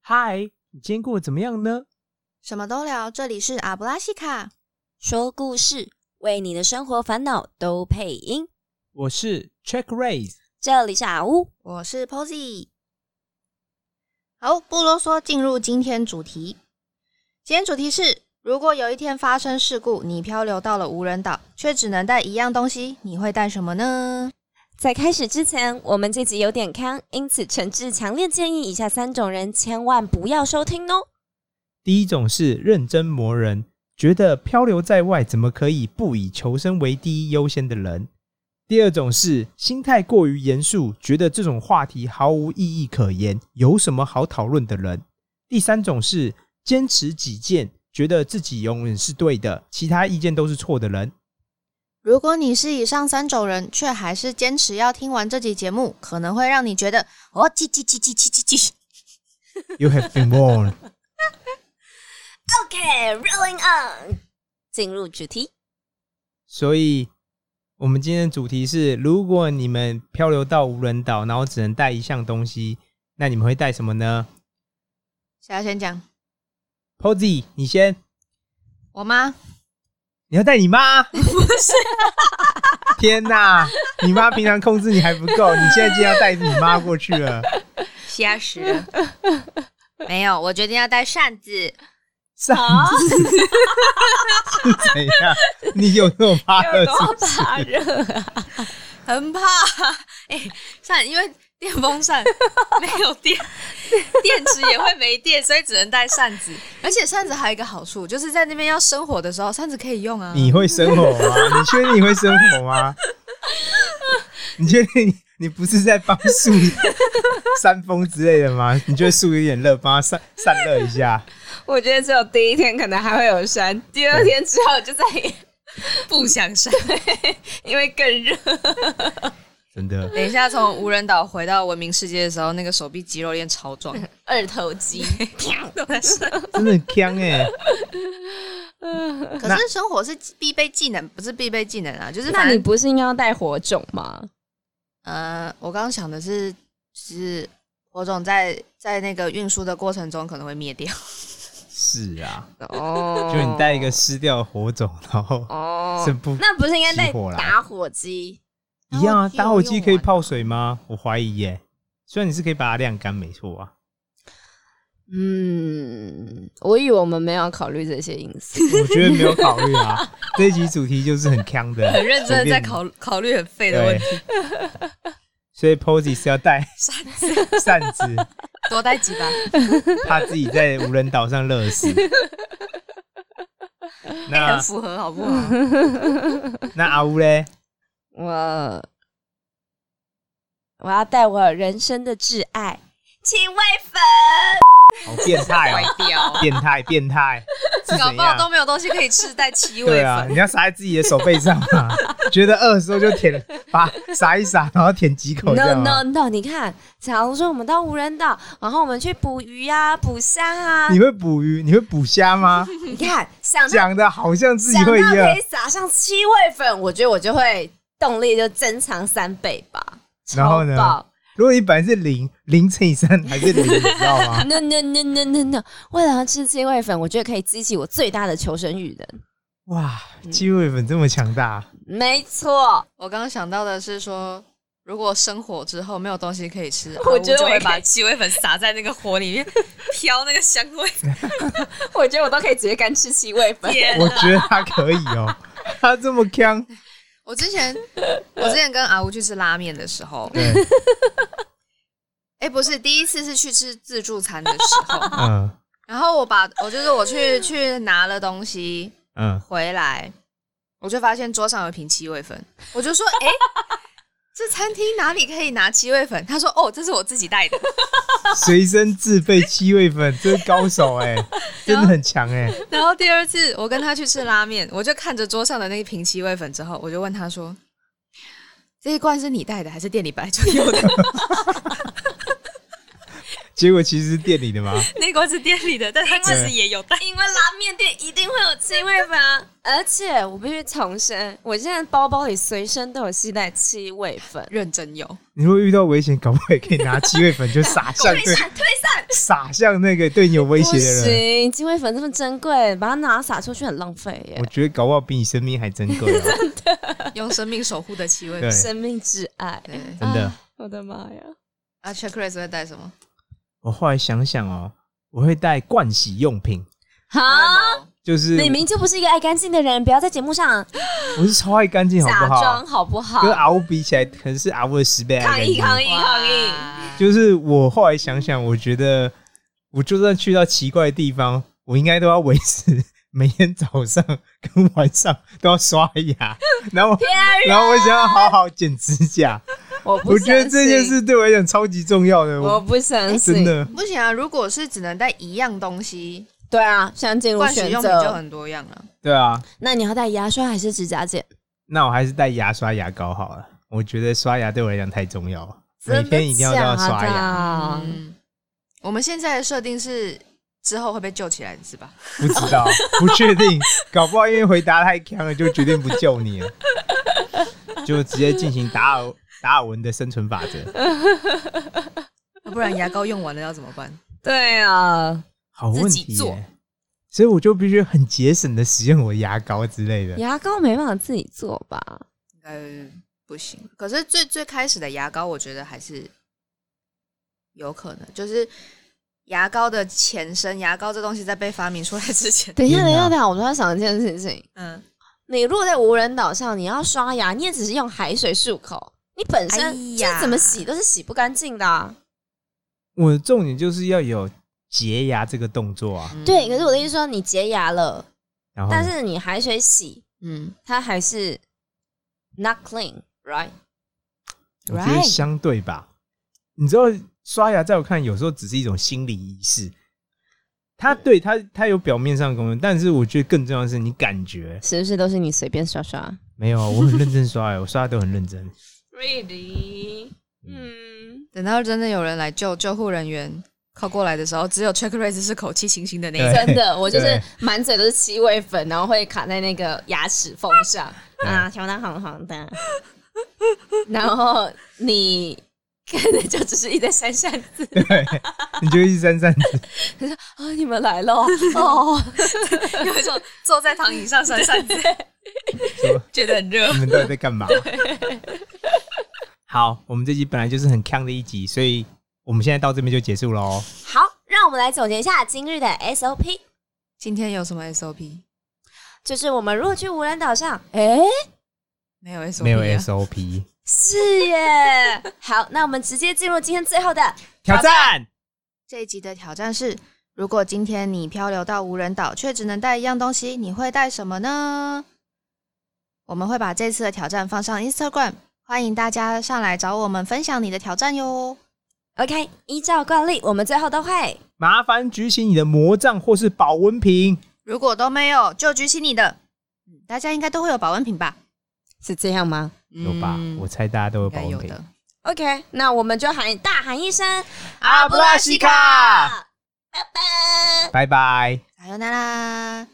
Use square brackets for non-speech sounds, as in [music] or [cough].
嗨，你今天过得怎么样呢？什么都聊，这里是阿布拉西卡，说故事，为你的生活烦恼都配音。我是 Check Raise，这里是阿乌，我是 Posy。好，不啰嗦，进入今天主题。今天主题是：如果有一天发生事故，你漂流到了无人岛，却只能带一样东西，你会带什么呢？在开始之前，我们这集有点康，因此诚挚强烈建议以下三种人千万不要收听哦。第一种是认真磨人，觉得漂流在外怎么可以不以求生为第一优先的人；第二种是心态过于严肃，觉得这种话题毫无意义可言，有什么好讨论的人；第三种是坚持己见，觉得自己永远是对的，其他意见都是错的人。如果你是以上三种人，却还是坚持要听完这集节目，可能会让你觉得哦，叽叽叽叽叽叽叽。 You have been warned。 OK，rolling、on，进入主题。所以，我们今天的主题是：如果你们漂流到无人岛，然后只能带一项东西，那你们会带什么呢谁要先讲？ ？Posy，你先，我吗？你要带你妈？ [laughs] 不是，天哪！你妈平常控制你还不够，你现在竟然要带你妈过去了，瞎实。 [laughs] 没有，我决定要带扇子。扇子是怎样？你 [laughs] 有那么怕热？怕热啊！很怕， [laughs] 哎、扇因为电风扇没有电，电池也会没电，所以只能带扇子。而且扇子还有一个好处，就是在那边要生火的时候，扇子可以用啊。 [laughs] 你会生火吗？你确定你会生火 [laughs] 吗？你确定你你不是在帮树扇风之类的吗？你觉得树有点热，帮它散散热一下。我觉得只有第一天可能还会有山，第二天之后就再也不想扇。因为更热。真的， [laughs] 等一下从无人岛回到文明世界的时候，那个手臂肌肉链超壮。二头 [laughs] 肌，真的很呛哎、可是生活是必备技能，不是必备技能啊，就是那反你正不是应该要带火种吗？呃，我刚刚想的是，是火种在在那个运输的过程中可能会灭 [laughs] 掉。是啊，哦就你带一个湿掉的火种，然后哦是不那不是应该带起火啦打火机？一样啊？打打火火机机可以泡水吗？我怀疑耶、虽然你是可以把它晾干，没错啊。嗯，我以为我们没有考虑这些因素。我觉得没有考虑 [laughs] 啊。这一集主题就是很呛的，很认真随的在便你考考虑很废的对问题，，所以 Posy 是要带扇扇子， [laughs] 多带几啊把。怕自己在无人岛上热 [laughs] 死。那很符合，好不好？那阿乌嘞？我我要带我人生的挚爱亲喂粉。好变态 [laughs] 坏哦，掉，变态变态是搞怎不好都样？没有东西可以吃，[laughs] 带七味对啊，粉。你要撒在自己的手背上 [laughs] 嘛？觉得饿的时候就舔，把撒一撒，然后舔几口这 No 样啊 no 吗？ no！你看，假如说我们到无人岛，然后我们去捕鱼啊、捕虾啊，你会捕鱼？你会捕虾 [laughs] 吗？你看想到讲的好像自己想到会一可样以。撒上七味粉，我觉得我就会动力就增强三倍吧。然后呢超爆如果你本来是零零乘以三还是零，你知道吗？ No no no no no no！为了要吃鸡味粉，我觉得可以激起我最大的求生欲的。哇，鸡尾粉这么强大，没错，我刚刚想到的是说，如果生火之后没有东西可以吃，啊 [laughs] 我我觉得就我也会可以把七味粉撒在那个火里面，飘那个香味。 [laughs] 我觉得我都可以直接干吃鸡味粉。天我觉得他可以哦，他这么强，我之前我之前跟阿吴去吃拉面的时候，对，哎，不是第一次是去吃自助餐的时候，嗯啊然后我把我就是我去去拿了东西嗯，回来，我就发现桌上有一瓶七味粉，我就说，哎，这餐厅哪里可以拿七味粉？他说，哦，这是我自己带的。 [laughs] 随身自备七味粉，这是高手 [laughs] 哎、真的很强哎、然后第二次我跟他去吃拉面，我就看着桌上的那一瓶七味粉之后，我就问他说：“这一罐是你带的还是店里本来就有的？ [laughs] 结果其实是店里的嘛，那一罐是店里的，但他其实也有带。因为拉面店一定会有七味粉啊！ [laughs] 而且我必须重申，我现在包包里随身都有携带七味粉”。认真有， [laughs] 你如果遇到危险，搞不好也可以拿七味粉就撒向对推散，推散！撒向那个对你有威胁的不人，行，机会粉这么珍贵，把它拿撒出去很浪费耶我，觉得搞不好比你生命还珍贵、 [laughs] 啊。用生命守护的气味。对，对真生命之爱。的。啊我的妈呀！啊 c h e c k r a c e 会带什么？我后来想想哦，我会带盥洗用品，哈，就是你明明就不是一个爱干净的人，不要在节目上我是超爱干净，好假不好装？好不好？跟 R 比起来，可能是 R 的十倍爱抗干议净。抗议抗议！哇就是我后来想想，我觉得我就算去到奇怪的地方，我应该都要维持每天早上跟晚上都要刷牙， [laughs] 然后然后我想要好好剪指甲。我啊不我觉得相这件信，事对我来讲超级重要的，我我不相信。真的。不行啊！如果是只能带一样东西，对啊，像进入盥洗选用品就择，很多样了。对啊，那你要带牙刷还是指甲剪？那我还是带牙刷牙膏好了。我觉得刷牙对我来讲太重要了，每真的天一定要都要刷假牙。的嗯，我们现在的设定是之后会被救起来是 [laughs] 吧？不知道， [laughs] 不确定，搞不好因为回答太坑了，就决定不救你 [laughs] 了，就直接进行达尔达尔文的生存法则。啊不然牙膏用完了要怎么办？对啊，好问自题己耶、做所以我就必须很节省的使用我的牙膏之类的。牙膏没办法自己做吧？呃，不行。可是最最开始的牙膏，我觉得还是有可能，就是牙膏的前身，牙膏这东西在被发明出来之 [laughs] 前，等一下，天哪等一下，等一下，我突然想一件事情：嗯，你如果在无人岛上，你要刷牙，你也只是用海水漱口，你本身哎就呀怎么洗都是洗不干净的、啊。我的重点就是要有洁牙这个动作啊，嗯对，可是我的意思说，你洁牙了，然后但是你海水洗，嗯，它还是 not clean，right？我觉得 Right 相对吧，你知道刷牙在我看有时候只是一种心理仪式。它对它它有表面上的功能，但是我觉得更重要的是你感觉是不是都是你随便刷刷没有啊，我很认真刷、欸，我刷的都很认真。 ？Really？嗯，等到真的有人来救，救护人员靠过来的时候，只有 Check Race 是口气清新的那一对种。 [laughs] 真的，我就是对满嘴都是七味粉，然后会卡在那个牙齿缝上啊，全部都红红的。然后你 [laughs] 可能就只是一直在扇扇 [laughs] 子对，你就一直扇扇子，啊，你们来 [laughs] 了哦， [laughs] 有一种坐在躺椅上扇扇子，说觉得很热你。们到底在干嘛？好，我们这集本来就是很强的一集，所以我们现在到这边就结束哦喽。好，让我们来总结一下今日的 SOP，今天有什么 SOP？就是我们如果去无人岛上，诶，没有 SOP，、啊、没有 SOP 是耶。 [laughs] 好，那我们直接进入今天最后的挑战，这一集的挑战是：如果今天你漂流到无人岛，却只能带一样东西，你会带什么呢？我们会把这次的挑战放上 Instagram，欢迎大家上来找我们分享你的挑战哟。 OK，依照惯例，我们最后都会麻烦举起你的魔杖或是保温瓶。如果都没有，就举起你的。嗯大家应该都会有保温瓶吧？是这样吗有吧？嗯我猜大家都有应该保有温瓶。的。 ？OK，那我们就喊大喊一声阿布拉西卡，拜拜。拜拜。撒由那啦。